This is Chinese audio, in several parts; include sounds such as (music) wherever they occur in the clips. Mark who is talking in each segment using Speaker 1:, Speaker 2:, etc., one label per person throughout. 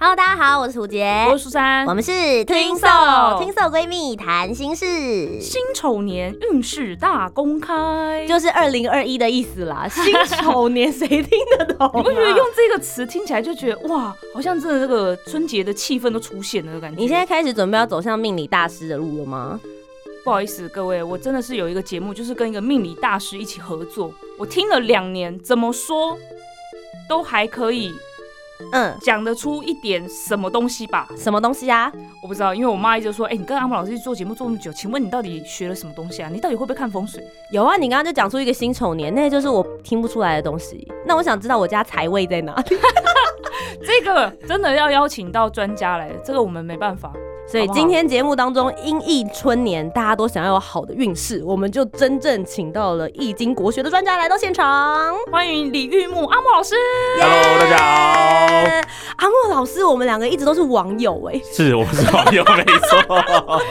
Speaker 1: Hello，大家好，我是涂杰，
Speaker 2: 我是苏珊
Speaker 1: 哎我，们是
Speaker 2: 听
Speaker 1: 嗯听
Speaker 2: 手
Speaker 1: 听手闺蜜谈心事。
Speaker 2: 辛丑年运势大公开。
Speaker 1: 就是二零二一的意思 (laughs) 啦，辛丑年谁听得懂、啊？
Speaker 2: (laughs) 你不觉得用这个词听起来就觉得哇，好像真的那个春节的气氛都出现了的感觉？
Speaker 1: 你现在开始准备要走向命理大师的路了吗？
Speaker 2: 不好意思各位，我真的是有一个节目，就是跟一个命理大师一起合作，我听了两年，怎么说都还可以
Speaker 1: 嗯，
Speaker 2: 讲得出一点什么东西吧？
Speaker 1: 什么东西啊？
Speaker 2: 我不知道，因为我妈一直说，哎、你跟阿姆老师一起做节目做那么久，请问你到底学了什么东西啊？你到底会不会看风水？
Speaker 1: 有啊，你刚刚就讲出一个辛丑年，那就是我听不出来的东西。那我想知道我家财位 (laughs) 在哪里，
Speaker 2: 这个真的要邀请到专家来，这个我们没办法。
Speaker 1: 所以
Speaker 2: 好不好
Speaker 1: 今天节目当中，因疫春年，大家都想要有好的运势，我们就真正请到了易经国学的专家来到现场。
Speaker 2: 欢迎李玉木阿木老师，
Speaker 3: Hello，大家好，
Speaker 1: 呃阿莫老师，我们两个一直都是网友哎、
Speaker 3: 是我们是好友，没错，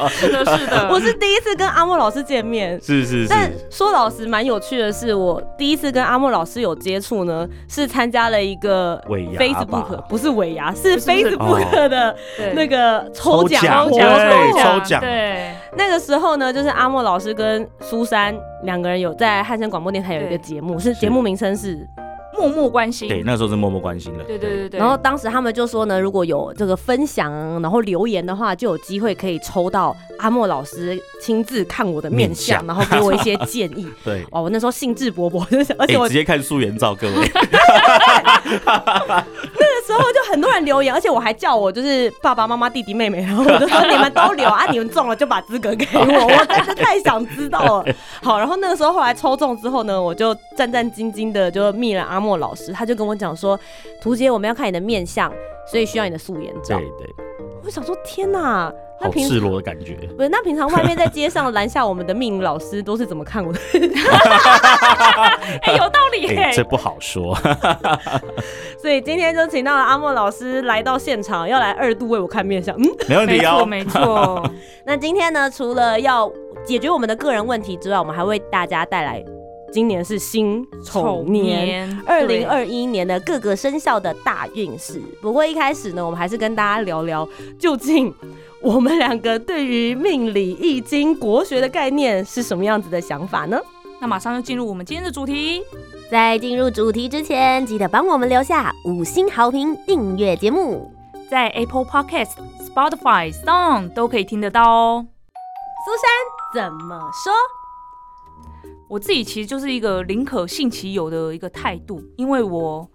Speaker 2: 是的，是
Speaker 1: (laughs)
Speaker 2: 的，
Speaker 1: 我是第一次跟阿莫老师见面。
Speaker 3: (laughs) 是是
Speaker 1: 但
Speaker 3: 是，
Speaker 1: 说老实，蛮有趣的是，我第一次跟阿莫老师有接触呢，是参加了一个
Speaker 3: 尾牙吧
Speaker 1: Facebook，不是尾牙，是
Speaker 2: 不是不是
Speaker 1: Facebook 的
Speaker 2: 对
Speaker 1: 那个抽奖
Speaker 3: 哦抽奖
Speaker 1: 活
Speaker 3: 对
Speaker 1: 动。
Speaker 3: 抽奖
Speaker 2: 对，
Speaker 1: 那个时候呢，就是阿莫老师跟苏珊两个人有在汉声广播电台有一个
Speaker 2: 对
Speaker 1: 节目，是节目名称是，
Speaker 2: 默默关心，
Speaker 3: 对，那时候是默默关心的，
Speaker 2: 对对对哎对，
Speaker 1: 然后当时他们就说呢，如果有这个分享，然后留言的话，就有机会可以抽到阿莫老师亲自看我的面相，然后给我一些建议。
Speaker 3: 对，
Speaker 1: 哇，哦我那时候兴致勃勃， (laughs) 就想，而且
Speaker 3: 哎，
Speaker 1: 我
Speaker 3: 直接看素颜照，各
Speaker 2: (laughs)
Speaker 3: 位，
Speaker 1: 那时候就很多人留言，而且我还叫我就是爸爸妈妈、弟弟妹妹，然后我就
Speaker 3: (laughs)
Speaker 1: 说你们都留啊，你们中了就把资格给我，我真的太想知道了。好，然后那个时候后来抽中之后呢，我就战战兢兢的就密了阿莫老师，他就跟我讲说，图姐我们要看你的面相，所以需要你的素颜照
Speaker 3: 对。对，
Speaker 1: 我想说天哪，那
Speaker 3: 好
Speaker 1: 平
Speaker 3: 赤裸的感觉，
Speaker 1: 不是，那平常外面在街上拦下我们的命理老师都是怎么看我的？ (laughs)
Speaker 2: 哎、有道理耶、
Speaker 3: 哎，这不好说， (laughs)
Speaker 1: 所以今天就请到了阿莫老师来到现场，要来二度为我看面相。嗯，
Speaker 3: 没问
Speaker 2: 没
Speaker 3: 题
Speaker 2: 错
Speaker 3: 哦，
Speaker 2: 没错，
Speaker 1: 那今天呢，除了要解决我们的个人问题之外，我们还为大家带来今年是辛 (laughs) 丑年。二
Speaker 2: 对
Speaker 1: 零二一年的各个生肖的大运势。不过一开始呢，我们还是跟大家聊聊，究竟我们两个对于命理、易经、国学的概念是什么样子的想法呢？
Speaker 2: 那马上就进入我们今天的主题。
Speaker 1: 在进入主题之前，记得帮我们留下五星好评、订阅节目。
Speaker 2: 在 Apple Podcast、Spotify、Sound 都可以听得到哦。
Speaker 1: 苏珊怎么说？
Speaker 2: 我自己其实就是一个宁可信其有的一个态度，因为我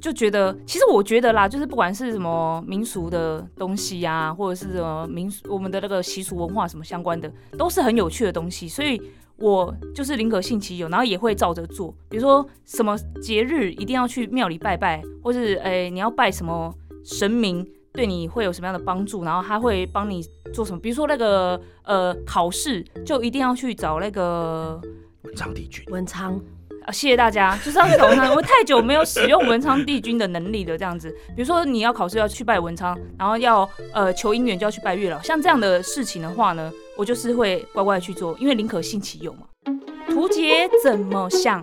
Speaker 2: 就觉得，其实我觉得啦，就是不管是什么民俗的东西呀、或者是什么民俗我们的那个习俗文化什么相关的，都是很有趣的东西，所以。我就是宁可信其有，然后也会照着做。比如说什么节日一定要去庙里拜拜，或是诶、你要拜什么神明，对你会有什么样的帮助，然后他会帮你做什么。比如说那个呃考试，就一定要去找那个
Speaker 3: 文昌帝君，
Speaker 1: 文昌，
Speaker 2: 啊，谢谢大家。就是要去找文昌，我太久没有使用文昌帝君的能力了。这样子，比如说你要考试要去拜文昌，然后要呃求姻缘就要去拜月老，像这样的事情的话呢，我就是会乖乖地去做，因为宁可信其有嘛。图解怎么想？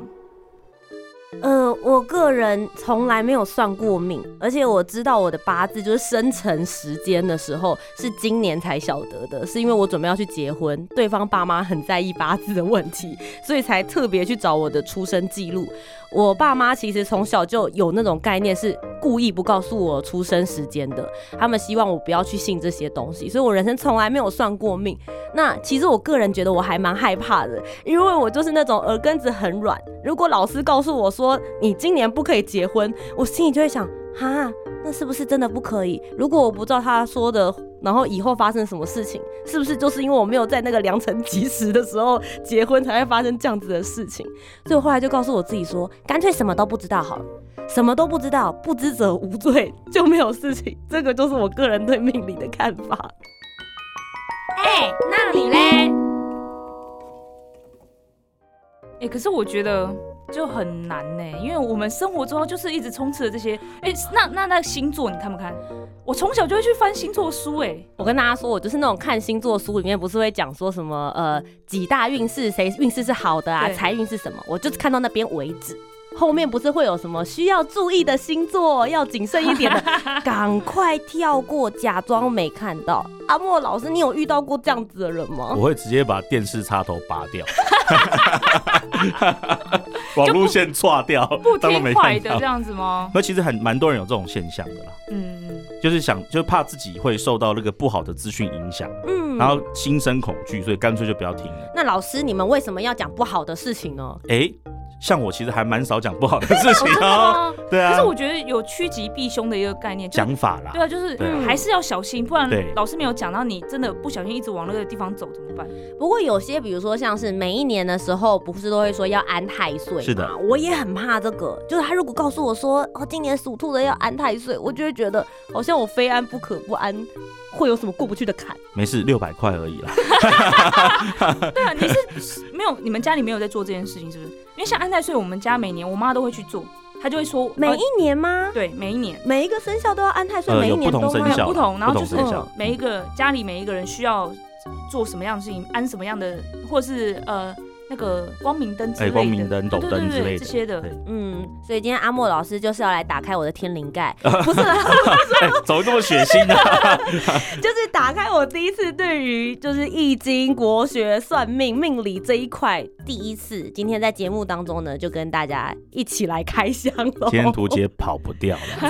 Speaker 1: 呃，我个人从来没有算过命，而且我知道我的八字就是生辰时间的时候是今年才晓得的，是因为我准备要去结婚，对方爸妈很在意八字的问题，所以才特别去找我的出生记录。我爸妈其实从小就有那种概念，是故意不告诉我出生时间的，他们希望我不要去信这些东西，所以我人生从来没有算过命。那其实我个人觉得我还蛮害怕的，因为我就是那种耳根子很软。如果老师告诉我说你今年不可以结婚，我心里就会想，哈，那是不是真的不可以？如果我不照他说的，然后以后发生什么事情，是不是就是因为我没有在那个良辰吉时的时候结婚，才会发生这样子的事情？所以我后来就告诉我自己说，干脆什么都不知道好了。什么都不知道，不知者无罪，就没有事情。这个就是我个人对命理的看法。哎、
Speaker 2: 哎、那你嘞？哎、可是我觉得就很难呢、因为我们生活中就是一直充斥着这些。哎、那那那星座你看不看？我从小就会去翻星座书、哎，
Speaker 1: 我跟大家说，我就是那种看星座书里面不是会讲说什么呃几大运势谁运势是好的啊，
Speaker 2: 对
Speaker 1: 财运是什么，我就是看到那边为止。后面不是会有什么需要注意的星座，要谨慎一点的，赶快跳过，假装没看到。阿莫老师，你有遇到过这样子的人吗？
Speaker 3: 我会直接把电视插头拔
Speaker 2: (laughs)
Speaker 3: 掉，网路线串掉，
Speaker 2: 不
Speaker 3: 当我
Speaker 2: 听
Speaker 3: 没
Speaker 2: 话
Speaker 3: 看
Speaker 2: 的
Speaker 3: 到
Speaker 2: 这。样子吗？
Speaker 3: 那其实很蛮多人有这种现象的啦，
Speaker 2: 嗯，
Speaker 3: 就是想就怕自己会受到那个不好的资讯影响，
Speaker 1: 嗯
Speaker 3: 然后心生恐惧，所以干脆就不要听了。
Speaker 1: 那老师，你们为什么要讲不好的事情呢？
Speaker 3: 哎，像我其实还蛮少讲不好的事
Speaker 2: (laughs) 哦，
Speaker 3: 情
Speaker 2: 真的
Speaker 3: 哦，
Speaker 2: 吗？
Speaker 3: 对
Speaker 2: 可
Speaker 3: 啊
Speaker 2: 是，我觉得有趋吉避凶的一个概念，就是
Speaker 3: 讲法啦
Speaker 2: 对，啊，就是
Speaker 3: 对
Speaker 1: 啊
Speaker 2: 还是要小心，不然
Speaker 3: 对
Speaker 2: 老师没有讲到你，真的不小心一直往那个地方走怎么办？
Speaker 1: 不过有些，比如说像是每一年的时候，不是都会说要安太岁吗？
Speaker 3: 是的，
Speaker 1: 我也很怕这个。就是他如果告诉我说，哦，今年属兔的要安太岁，我就会觉得好像我非安不可不安，会有什么过不去的
Speaker 3: (laughs)
Speaker 1: 坎？
Speaker 3: 没事，六百块而已啦。
Speaker 2: 对啊，你是没有，你们家里没有在做这件事情是不是？因为像安泰岁，我们家每年我妈都会去做，她就会说
Speaker 1: 每
Speaker 2: 呃
Speaker 1: 一年吗？
Speaker 2: 对每一年
Speaker 1: 每一个生肖都要安太岁，
Speaker 3: 呃
Speaker 1: 每一
Speaker 3: 有
Speaker 1: 年
Speaker 3: 不
Speaker 1: 都
Speaker 3: 同
Speaker 1: 吗？
Speaker 3: 生
Speaker 2: 没
Speaker 3: 肖
Speaker 2: 有不同，然后
Speaker 3: 不
Speaker 2: 就
Speaker 3: 同
Speaker 2: 是
Speaker 3: 生肖
Speaker 2: 每一个家里每一个人需要做什么样的事情，安什么样的，或是呃那个光明灯之类
Speaker 3: 哎
Speaker 2: 的，
Speaker 3: 光明灯
Speaker 2: 对对
Speaker 3: 斗灯
Speaker 2: 对
Speaker 3: 之
Speaker 2: 对
Speaker 3: 类
Speaker 2: 这
Speaker 3: 的
Speaker 2: 些的
Speaker 3: 对。
Speaker 1: 嗯，所以今天阿莫老师就是要来打开我的天灵
Speaker 3: (laughs)
Speaker 1: 盖，不是啦，
Speaker 3: 哎，怎么这么血腥啊呢、
Speaker 2: (laughs)
Speaker 1: 就是打开我第一次对于就是易经、国学、算命、命理这一块第一次，今天在节目当中呢，就跟大家一起来开箱喽。
Speaker 3: 今天图杰跑不
Speaker 2: (laughs)
Speaker 3: 掉了，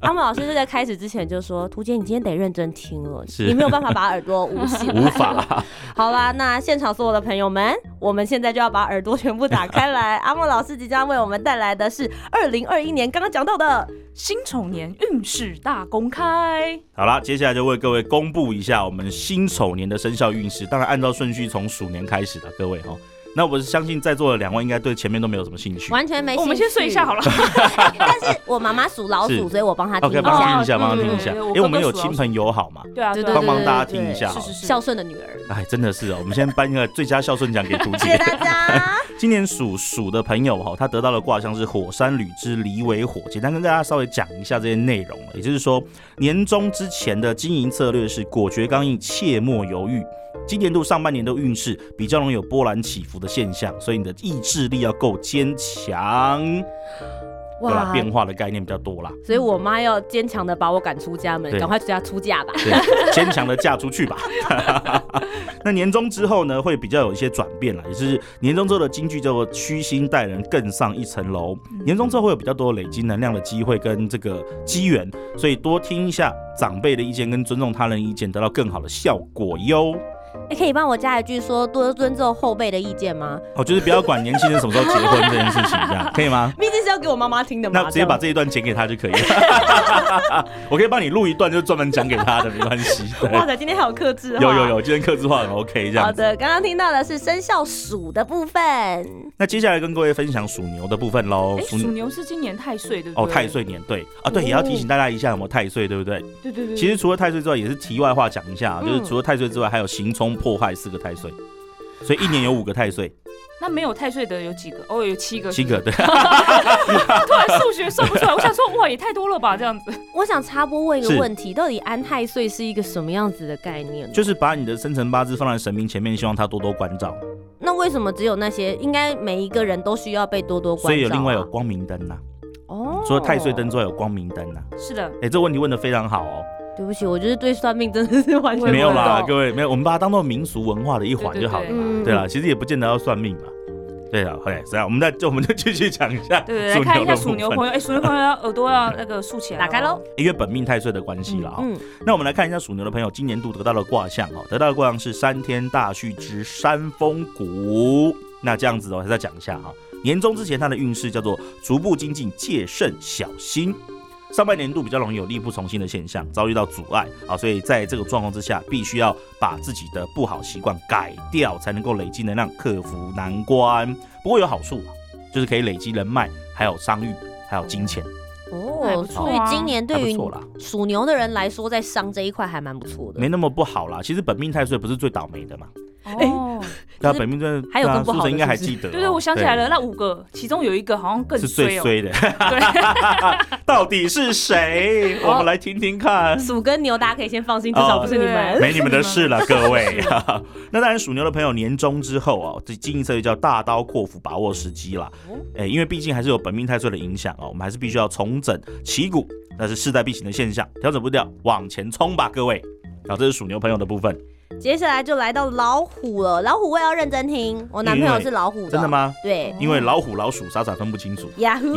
Speaker 1: 阿木老啊师就在开始之前就说：“图姐，你今天得认真听了，
Speaker 3: 是
Speaker 1: 你没有办法把耳朵捂起来。
Speaker 3: 无法。
Speaker 1: 好啦，那现场所有的朋友们，我们现在就要把耳朵全部打开来。阿木老师即将为我们带来的是二零二一年刚刚讲到的
Speaker 2: 辛丑年运势大公开，
Speaker 3: 好啦，接下来就为各位公布一下我们辛丑年的生肖运势，当然按照顺序从鼠年开始的，各位哈。哦那我相信在座的两位应该对前面都没有什么兴趣。
Speaker 1: 完全没兴趣。
Speaker 2: 我们先睡一下好
Speaker 1: 了。
Speaker 2: 了。
Speaker 3: (laughs)
Speaker 1: 但是我妈妈属老鼠，
Speaker 3: 是
Speaker 1: 所以我帮她听
Speaker 3: OK，
Speaker 1: 一
Speaker 3: 帮我
Speaker 1: 下。
Speaker 3: 听一下，帮我听一下，
Speaker 2: 嗯对对对
Speaker 3: 因为我们有
Speaker 2: 我哥哥属老
Speaker 3: 亲
Speaker 2: 鼠
Speaker 3: 朋友好嘛。
Speaker 2: 对啊，
Speaker 1: 对
Speaker 2: (laughs) 对
Speaker 1: 对
Speaker 2: 啊
Speaker 3: 帮忙
Speaker 1: 对
Speaker 3: 大家
Speaker 1: 对对
Speaker 3: 听一下
Speaker 2: 是
Speaker 3: 好
Speaker 2: 是
Speaker 3: 了。
Speaker 2: 是，
Speaker 1: 孝顺的女儿。
Speaker 3: 哎，真的是哦，我们先颁一个最佳孝顺奖给图
Speaker 1: 谢谢
Speaker 3: 姐。
Speaker 1: 大家。
Speaker 3: 今年属鼠的朋友哈，他得到的卦象是火山旅之离为火。简单跟大家稍微讲一下这些内容，也就是说，年终之前的经营策略是果决刚硬，切莫犹豫。今年度上半年的运势比较容易有波澜起伏的现象，所以你的意志力要够坚强，对吧？变化的概念比较多啦，
Speaker 1: 所以我妈要坚强的把我赶出家门，
Speaker 3: 对
Speaker 1: 赶快出家出嫁吧。
Speaker 3: 对， (laughs) 坚强的嫁出去吧。 (laughs) 那年终之后呢，会比较有一些转变了，也就是年终之后的金句叫做“虚心待人，更上一层楼”。年终之后会有比较多累积能量的机会跟这个机缘，所以多听一下长辈的意见，跟尊重他人意见，得到更好的效果哟。
Speaker 1: 哎、可以帮我加一句说多尊重后辈的意见吗？
Speaker 3: 哦，就是不要管年轻人什么时候结婚这件事情，这样可以吗？
Speaker 1: 毕竟是要给我妈妈听的嘛。
Speaker 3: 那直接把
Speaker 1: 这样
Speaker 3: 这一段剪给他就可以了。 (laughs) 我可以帮你录一段，就专门讲给他的，没关系。对
Speaker 1: 哇塞，今天好克制哈。
Speaker 3: 有有。有，今天客制化很 OK 这
Speaker 1: 好
Speaker 3: 样子。
Speaker 1: 的，刚刚听到的是生肖鼠的部分，
Speaker 3: 那接下来跟各位分享属牛的部分喽
Speaker 2: 哎，。属牛是今年太岁对不对？
Speaker 3: 哦，太，岁年对啊，
Speaker 1: 哦
Speaker 3: 对，也要提醒大家一下有没有太岁，对不对？
Speaker 2: 对对对。
Speaker 3: 其实除了太岁之外，也是题外话讲一下啊，就是
Speaker 1: 嗯
Speaker 3: 除了太岁之外，还有刑冲破坏四个太岁，所以一年有五个太岁，
Speaker 2: 那没有太岁的有几个？哦，有七
Speaker 1: 嗯
Speaker 2: 个。
Speaker 3: 七个
Speaker 1: (laughs)
Speaker 3: 对。
Speaker 2: (laughs) 突然数学算不出来，我想说哇，也太多了吧，这样子。
Speaker 3: (laughs)
Speaker 1: 我想插播问一个
Speaker 3: 是
Speaker 1: 问题：到底安太岁是一个什么样子的概念呢？
Speaker 3: 就是把你的生辰八字放在神明前面，希望他多多关照，
Speaker 1: 那为什么只有那些？应该每一个人都需要被多多关照、啊
Speaker 3: 所以有另外有光明灯呐、
Speaker 1: 哦，
Speaker 3: 除了太岁灯之外有光明灯呐、
Speaker 2: 是的，
Speaker 3: 哎、这问题问的非常好哦。
Speaker 1: 对不起，我就是对算命真的是完全
Speaker 3: 没有啦，
Speaker 1: 不懂
Speaker 3: 各位没有，我们把它当做民俗文化的一环就好了
Speaker 2: 对
Speaker 3: 嘛。
Speaker 1: 嗯
Speaker 3: 对啦，啊其实也不见得要算命嘛。对啊啦，o 这样我们再就我们就继续讲一下
Speaker 2: 对对，来看一下属
Speaker 3: 属
Speaker 2: 牛
Speaker 3: 牛的部
Speaker 2: 朋
Speaker 3: 分，
Speaker 2: 友，哎，属牛朋友要耳朵要那个竖起来，哦
Speaker 1: 打开喽。。
Speaker 3: 因为本命太岁的关系了哈。
Speaker 1: 嗯，
Speaker 3: 那我们来看一下属牛的朋友今年度得到的卦象哦，得到的卦象是三天大畜之山风谷。那这样子哦，再讲一下哈、年终之前它的运势叫做逐步精进，戒慎小心。上半年度比较容易有力不从心的现象，遭遇到阻碍啊，所以在这个状况之下，必须要把自己的不好习惯改掉，才能够累积能量，克服难关。不过有好处啊，就是可以累积人脉，还有商誉，还有金钱。
Speaker 1: 哦，
Speaker 2: 那还不
Speaker 1: 哦，
Speaker 2: 错
Speaker 1: 所
Speaker 2: 啊
Speaker 1: 以今年对
Speaker 3: 还不
Speaker 1: 于
Speaker 3: 错啦
Speaker 1: 属牛的人来说，在伤这一块还蛮不错的。
Speaker 3: 没那么不好啦。其实本命太岁不是最倒霉的嘛，
Speaker 2: 哦，
Speaker 3: 那
Speaker 1: 是
Speaker 3: 本命太岁
Speaker 1: 还有
Speaker 3: 对啊
Speaker 1: 更不好
Speaker 3: 素
Speaker 1: 的
Speaker 3: 贞应该还
Speaker 1: 是不是
Speaker 3: 记得哦。
Speaker 2: 对对，我想起来了，那五个其中有一个好像更
Speaker 3: 是
Speaker 2: 衰
Speaker 3: 最
Speaker 2: 哦，
Speaker 3: 衰的，
Speaker 2: 对，
Speaker 3: (laughs) 到底
Speaker 1: (laughs)
Speaker 3: 是谁？我们来听听看。
Speaker 1: 属跟牛，大家可以先放心，至少不是你
Speaker 2: 哦
Speaker 1: 们。
Speaker 3: 没你们的事了，
Speaker 1: (laughs)
Speaker 3: 各位。 (laughs) 那当然，属牛的朋友年终之后哦，这经营策略叫大刀阔斧，把握时机啦。
Speaker 1: 哦
Speaker 3: 哎、因为毕竟还是有本命太岁的影响哦，我们还是必须要重整旗鼓，那是势在必行的现象，调整步调，往前冲吧，各位。好，这是属牛朋友的部分，
Speaker 1: 接下来就来到老虎了，老虎我也要认真听。我男朋友是老虎的，
Speaker 3: 真的？吗？
Speaker 1: 对
Speaker 3: 因为老虎老鼠傻傻分不
Speaker 1: (laughs)
Speaker 3: 清楚。
Speaker 1: ，Yahoo，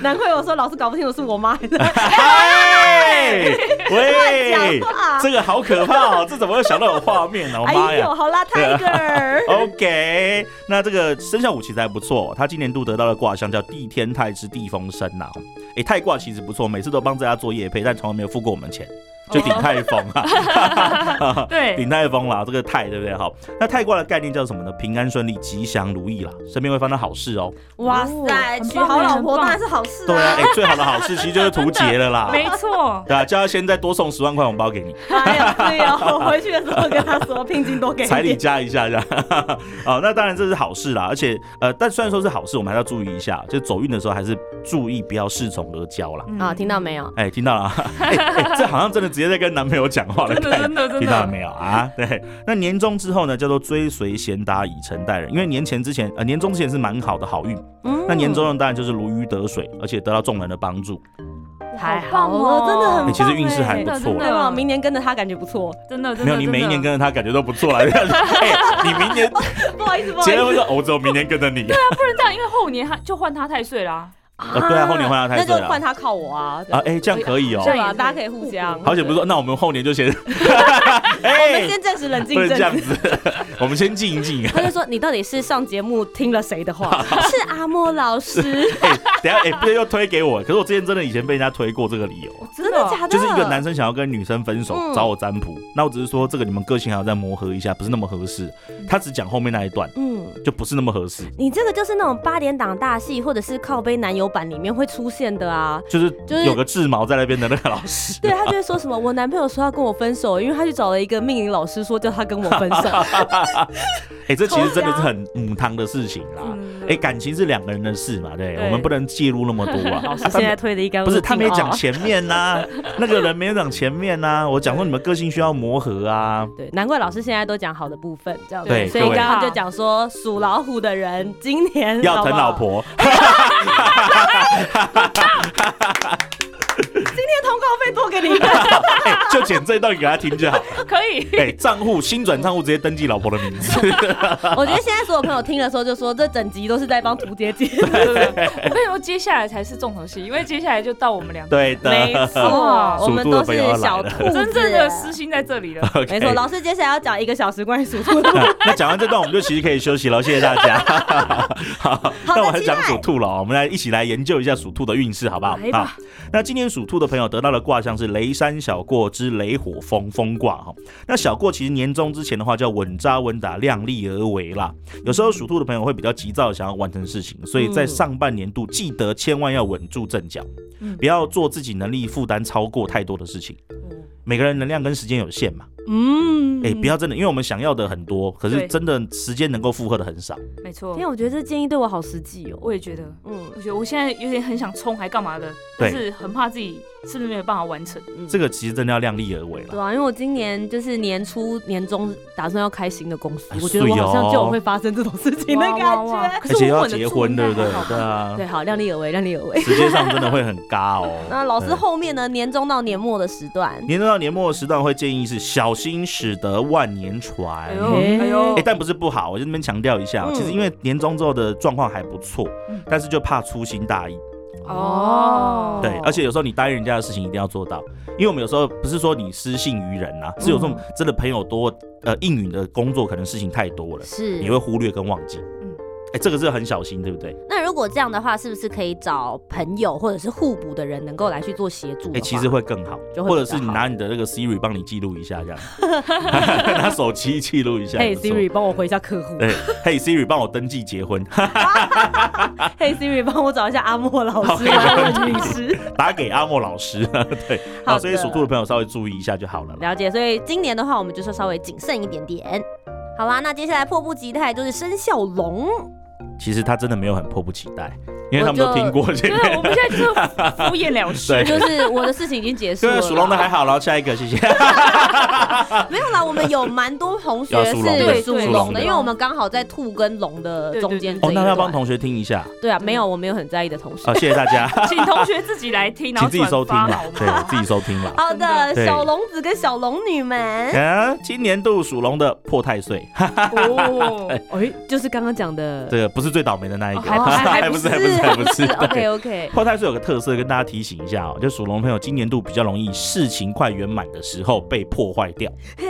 Speaker 1: 难 (laughs)
Speaker 3: (laughs)
Speaker 1: 怪我说老是搞不清楚是我妈还是
Speaker 3: 哎，
Speaker 1: (laughs)
Speaker 3: 喂
Speaker 1: 讲，话。
Speaker 3: (laughs) 这个好可怕哦，这怎么会想到有画面呢、我妈
Speaker 1: 哎
Speaker 3: 呀啊
Speaker 1: 呦，！好啦，Tiger，
Speaker 3: (laughs) OK，那这个生肖五其实还不错，他今年度得到的卦象叫地天泰之地风生呐、诶，泰卦其实不错，每次都帮大家做业配，但从来没有付过我们钱，就鼎泰丰啊，
Speaker 2: (laughs) 对
Speaker 3: 鼎泰丰啦，这个泰对不对？好，那泰卦的概念叫什么呢？平安顺利，吉祥如意啦，身边会发生好事哦。哎
Speaker 1: 哇塞，娶好老婆当然是好事
Speaker 3: 对啊，
Speaker 1: 啊
Speaker 3: 诶，。最好的好事其实就是图杰了啦。
Speaker 2: (laughs) 没错，
Speaker 3: 对啊，叫他现在多送十万块红包给你，
Speaker 1: 哎呀，对呀，我 (laughs) 回去的时候跟他说，聘金多给一
Speaker 3: 彩礼
Speaker 1: 点。
Speaker 3: 加一下这样。好，那当然这是好事啦，而且呃，但虽然说是好事，我们还是要注意一下，就走运的时候还是注意不要恃宠而骄啦。
Speaker 2: 嗯
Speaker 1: 啊，听到没有？
Speaker 3: 哎、听到了、啊 (laughs) 哎哎这好像真的直接在跟男朋友讲话了，
Speaker 2: 真的
Speaker 3: (laughs) 看
Speaker 2: 真的真
Speaker 3: 听到了
Speaker 2: 的，
Speaker 3: 没有啊？对，那年终之后呢，叫做追随贤达以诚待人，因为年前之前呃年终之前是蛮好的好运，
Speaker 1: 嗯
Speaker 3: 那年终呢当然就是如鱼得水，而且得到众人的帮助。
Speaker 1: 还
Speaker 2: 好
Speaker 1: 好
Speaker 2: 棒哦
Speaker 1: 了，真的很
Speaker 3: 哎
Speaker 1: 棒。
Speaker 3: 其实运势还不错
Speaker 2: 真的
Speaker 1: 对
Speaker 2: 真
Speaker 1: 吧？
Speaker 2: 的
Speaker 1: 明年跟着他感觉不错。
Speaker 2: 真的真的
Speaker 3: 没有，你每一年跟着他感觉都不错啦。 (laughs) 哎、你明年
Speaker 1: 不好意思，不好意
Speaker 3: 结了
Speaker 1: 思
Speaker 3: 婚。说，哦我只有明年跟着你。
Speaker 2: 他不能这样，因为后年他就换他太岁啦，
Speaker 3: 呃对啊后年换他太
Speaker 1: 那
Speaker 3: 岁啊
Speaker 1: 就换他靠我啊。
Speaker 3: 啊，哎、这样可以哦、
Speaker 1: 对
Speaker 2: 这样
Speaker 1: 吧？
Speaker 2: 也是
Speaker 1: 大家可以互相。
Speaker 3: 好久不是说，那我们后年
Speaker 1: (laughs)
Speaker 3: 就先，
Speaker 1: 我
Speaker 3: 哎、
Speaker 1: 们先暂时冷静
Speaker 3: 不
Speaker 1: 一
Speaker 3: 能这样
Speaker 1: 阵子。
Speaker 3: 子， (laughs) 我们先静一静。
Speaker 1: 他就说：“你到底是上节目听了谁的
Speaker 3: (laughs)
Speaker 1: 话？是阿莫老师，
Speaker 3: 哎、等一下，哎、不对，又推给我。可是我之前真的以前被人家推过这个理由，
Speaker 1: 真的假的？”
Speaker 3: 哦就是一个男生想要跟女生分手，
Speaker 1: 嗯
Speaker 3: 找我占卜。那我只是说，这个你们个性还要再磨合一啊下，不是那么合适。他只讲后面那一段，
Speaker 1: 嗯，
Speaker 3: 就不是那么合适，
Speaker 1: 你这个就是那种八点档大戏或者是靠背男友版里面会出现的啊。
Speaker 3: 就是
Speaker 1: 就是
Speaker 3: 有个智毛在那边的那个老
Speaker 1: (laughs)
Speaker 3: 师。
Speaker 1: 对他就会说什么，我男朋友说要跟我分手，因为他去找了一个命理老师说叫他跟我
Speaker 3: (laughs)
Speaker 1: 分手。
Speaker 3: 哎、这其实真的是很母汤的事情啦。
Speaker 2: 嗯
Speaker 3: 哎、感情是两个人的事嘛，对，
Speaker 2: 对
Speaker 3: 我们不能介入那么多
Speaker 1: (laughs)
Speaker 3: 啊。
Speaker 1: 老师
Speaker 3: 啊他
Speaker 1: 现
Speaker 3: 们
Speaker 1: 在推的一干
Speaker 3: (laughs)
Speaker 1: 啊
Speaker 3: 不是他没讲前面呐、
Speaker 1: (laughs)
Speaker 3: 那个人没有讲前面呐、我讲说你们个性需要磨合啊。
Speaker 1: 对，难怪老师现在都讲好的部分，这样子
Speaker 3: 对
Speaker 1: 所以
Speaker 3: 各位
Speaker 1: 刚刚就讲说属老虎的人今年
Speaker 3: 要疼
Speaker 1: 好不好，
Speaker 3: 老婆，
Speaker 1: (laughs) 今天通告费多给你一个。
Speaker 3: 哎、就剪这一段给他听就好。
Speaker 2: (laughs) 可以，
Speaker 3: 哎、账户新转账户直接登记老婆的名字。
Speaker 2: (laughs)
Speaker 1: 我觉得现在所有朋友听的时候就说，这整集都是在帮图姐解释。
Speaker 2: 我跟你说，接下来才是重头戏，因为接下来就到我们两个
Speaker 3: 对的，
Speaker 2: 没
Speaker 1: 哇
Speaker 2: 错，
Speaker 1: 我们都是小
Speaker 3: 属
Speaker 1: 兔子，
Speaker 2: 真正的私心在这里了。
Speaker 1: 没
Speaker 3: OK
Speaker 1: 错。老师接下来要讲一个小时关于属兔
Speaker 3: (laughs)
Speaker 1: 的。
Speaker 3: 那那讲完这段，我们就其实可以休息了，谢谢大家。好，那我还
Speaker 1: 期待
Speaker 3: 讲属兔了哦，我们来一起来研究一下属兔的运势，好不好
Speaker 2: 来？吧
Speaker 3: 好，那今年属兔的朋友得到的卦象是雷山小过之雷火风风卦哈。那小过其实年终之前的话叫稳扎稳打，量力而为啦。有时候属兔的朋友会比较急躁，想要完成事情，所以在
Speaker 1: 嗯
Speaker 3: 上半年度记得千万要稳住阵脚
Speaker 2: 嗯，
Speaker 3: 不要做自己能力负担超过太多的事情。每个人能量跟时间有限嘛。
Speaker 1: 嗯，
Speaker 3: 哎、不要真的，因为我们想要的很多，可是
Speaker 2: 对嗯
Speaker 3: 真的时间能够负荷的很少。
Speaker 2: 没错
Speaker 1: 因为，我觉得这建议对我好实际哦。
Speaker 2: 我也觉得，
Speaker 1: 嗯，
Speaker 2: 我觉得我现在有点很想冲，还干嘛的，但
Speaker 3: 对
Speaker 2: 是很怕自己是不是没有办法完成。
Speaker 3: 这个其实真的要量力而为
Speaker 1: 对
Speaker 3: 了。
Speaker 1: 啊，因为我今年就是年初、年中打算要开新的公司
Speaker 3: 哎，哦
Speaker 1: 我觉得我
Speaker 3: 是哦
Speaker 1: 好像就有会发生这种事情的
Speaker 2: 哇哇
Speaker 1: 感
Speaker 2: 哇
Speaker 1: 觉。
Speaker 2: 可
Speaker 3: 而
Speaker 2: 是
Speaker 3: 且
Speaker 2: 我
Speaker 3: 要
Speaker 2: 稳得
Speaker 3: 结
Speaker 2: 住
Speaker 3: 婚，
Speaker 2: 应该
Speaker 3: 对不对
Speaker 2: 还好吧？
Speaker 3: 对啊，
Speaker 1: 对，好，量力而为，量力而为。。
Speaker 3: 时间上真的会很
Speaker 2: (laughs)
Speaker 3: 尬哦
Speaker 2: 嗯
Speaker 1: 那老师
Speaker 3: 对
Speaker 1: 后面呢？年中到年末的时段，
Speaker 3: 年终到年末的时段会建议是小心驶得万年船。
Speaker 2: 哎
Speaker 3: 哎、
Speaker 2: 呦
Speaker 1: 哎
Speaker 2: 哎呦
Speaker 1: 哎，
Speaker 3: 但不是不好，我就这边强调一下哦，
Speaker 1: 嗯
Speaker 3: 其实因为年终之后的状况还不错，
Speaker 2: 嗯
Speaker 3: 但是就怕粗心大意。
Speaker 2: 哦
Speaker 3: 对，而且有时候你答应人家的事情一定要做到，因为我们有时候不是说你失信于人
Speaker 2: 嗯
Speaker 3: 啊，是有这种真的朋友多，呃，应允的工作可能事情太多了。
Speaker 1: 是
Speaker 3: 你会忽略跟忘记。
Speaker 2: 嗯
Speaker 3: 哎、哎，这个是很小心，对不对？
Speaker 1: 那如果这样的话，是不是可以找朋友或者是互补的人能够来去做协助的话？
Speaker 3: 哎，其实会更好，
Speaker 1: 就会
Speaker 3: 或者
Speaker 1: 比较
Speaker 3: 是你
Speaker 1: 好
Speaker 3: 拿你的那个 Siri 帮你记录一下，这样， (laughs) 拿手机记录一下。
Speaker 1: 嘿
Speaker 3: 也不错
Speaker 1: Siri，帮我回一下客户。
Speaker 3: 对，嘿 Siri，帮我登记结婚，
Speaker 1: 嘿 Siri，帮我找一下阿莫老师、
Speaker 3: 哎
Speaker 1: (laughs)
Speaker 3: (laughs) 好
Speaker 1: 阿莫律师。
Speaker 3: 打给阿莫老师。 (laughs) 对，
Speaker 1: 好
Speaker 3: 好，
Speaker 1: 的
Speaker 3: 所以属兔的朋友稍微注意一下就好了啦。
Speaker 1: 了解，所以今年的话，我们就是稍微谨慎一点点。好啦，那接下来迫不及待就是生肖龙，
Speaker 3: 其实他真的没有很迫不及待，因为他们
Speaker 1: 我
Speaker 3: 都
Speaker 1: 就
Speaker 3: 听过这
Speaker 2: 对
Speaker 3: 个。
Speaker 2: 啊，我们现在就是敷衍了事。
Speaker 3: 对
Speaker 1: 就是我的事情已经结束
Speaker 3: (laughs) 对啊，
Speaker 1: 了。
Speaker 3: 属龙的还好，然后下一个，谢谢。
Speaker 1: 没有啦，我们有蛮多同学
Speaker 3: 要
Speaker 1: 是
Speaker 3: 属龙的
Speaker 2: 对
Speaker 1: 属
Speaker 2: 对
Speaker 1: 龙的，
Speaker 2: 对
Speaker 1: 因为我们刚好在兔跟龙的中间这
Speaker 3: 哦
Speaker 1: 一，
Speaker 3: 那要帮
Speaker 1: 段
Speaker 3: 同学听一下
Speaker 1: 对啊，没有，我没有很在意的同事
Speaker 3: 啊，。谢谢大
Speaker 1: (laughs)
Speaker 3: 家，
Speaker 2: 请同学自己来听，然
Speaker 3: 请
Speaker 2: 后
Speaker 3: 自己收听
Speaker 2: 转发
Speaker 3: 啦
Speaker 2: 好，吗？
Speaker 3: 对自己收听啦。
Speaker 1: 好的，
Speaker 3: 对
Speaker 1: 小龙子跟小龙女们，
Speaker 3: 啊，今年度属龙的破太岁，
Speaker 2: 哦，
Speaker 1: 哎，就是刚刚讲的 (laughs)
Speaker 3: 这个不是最倒霉的那一个，
Speaker 2: 哦还还还
Speaker 3: 不
Speaker 2: 不
Speaker 3: 是，
Speaker 2: 是
Speaker 3: (laughs) 还不是，还不是。
Speaker 1: OK
Speaker 3: 对
Speaker 1: OK，
Speaker 3: 破太岁有个特色，跟大家提醒一下哦，就属龙朋友今年度比较容易事情快圆满的时候被破坏掉。
Speaker 1: 嘿，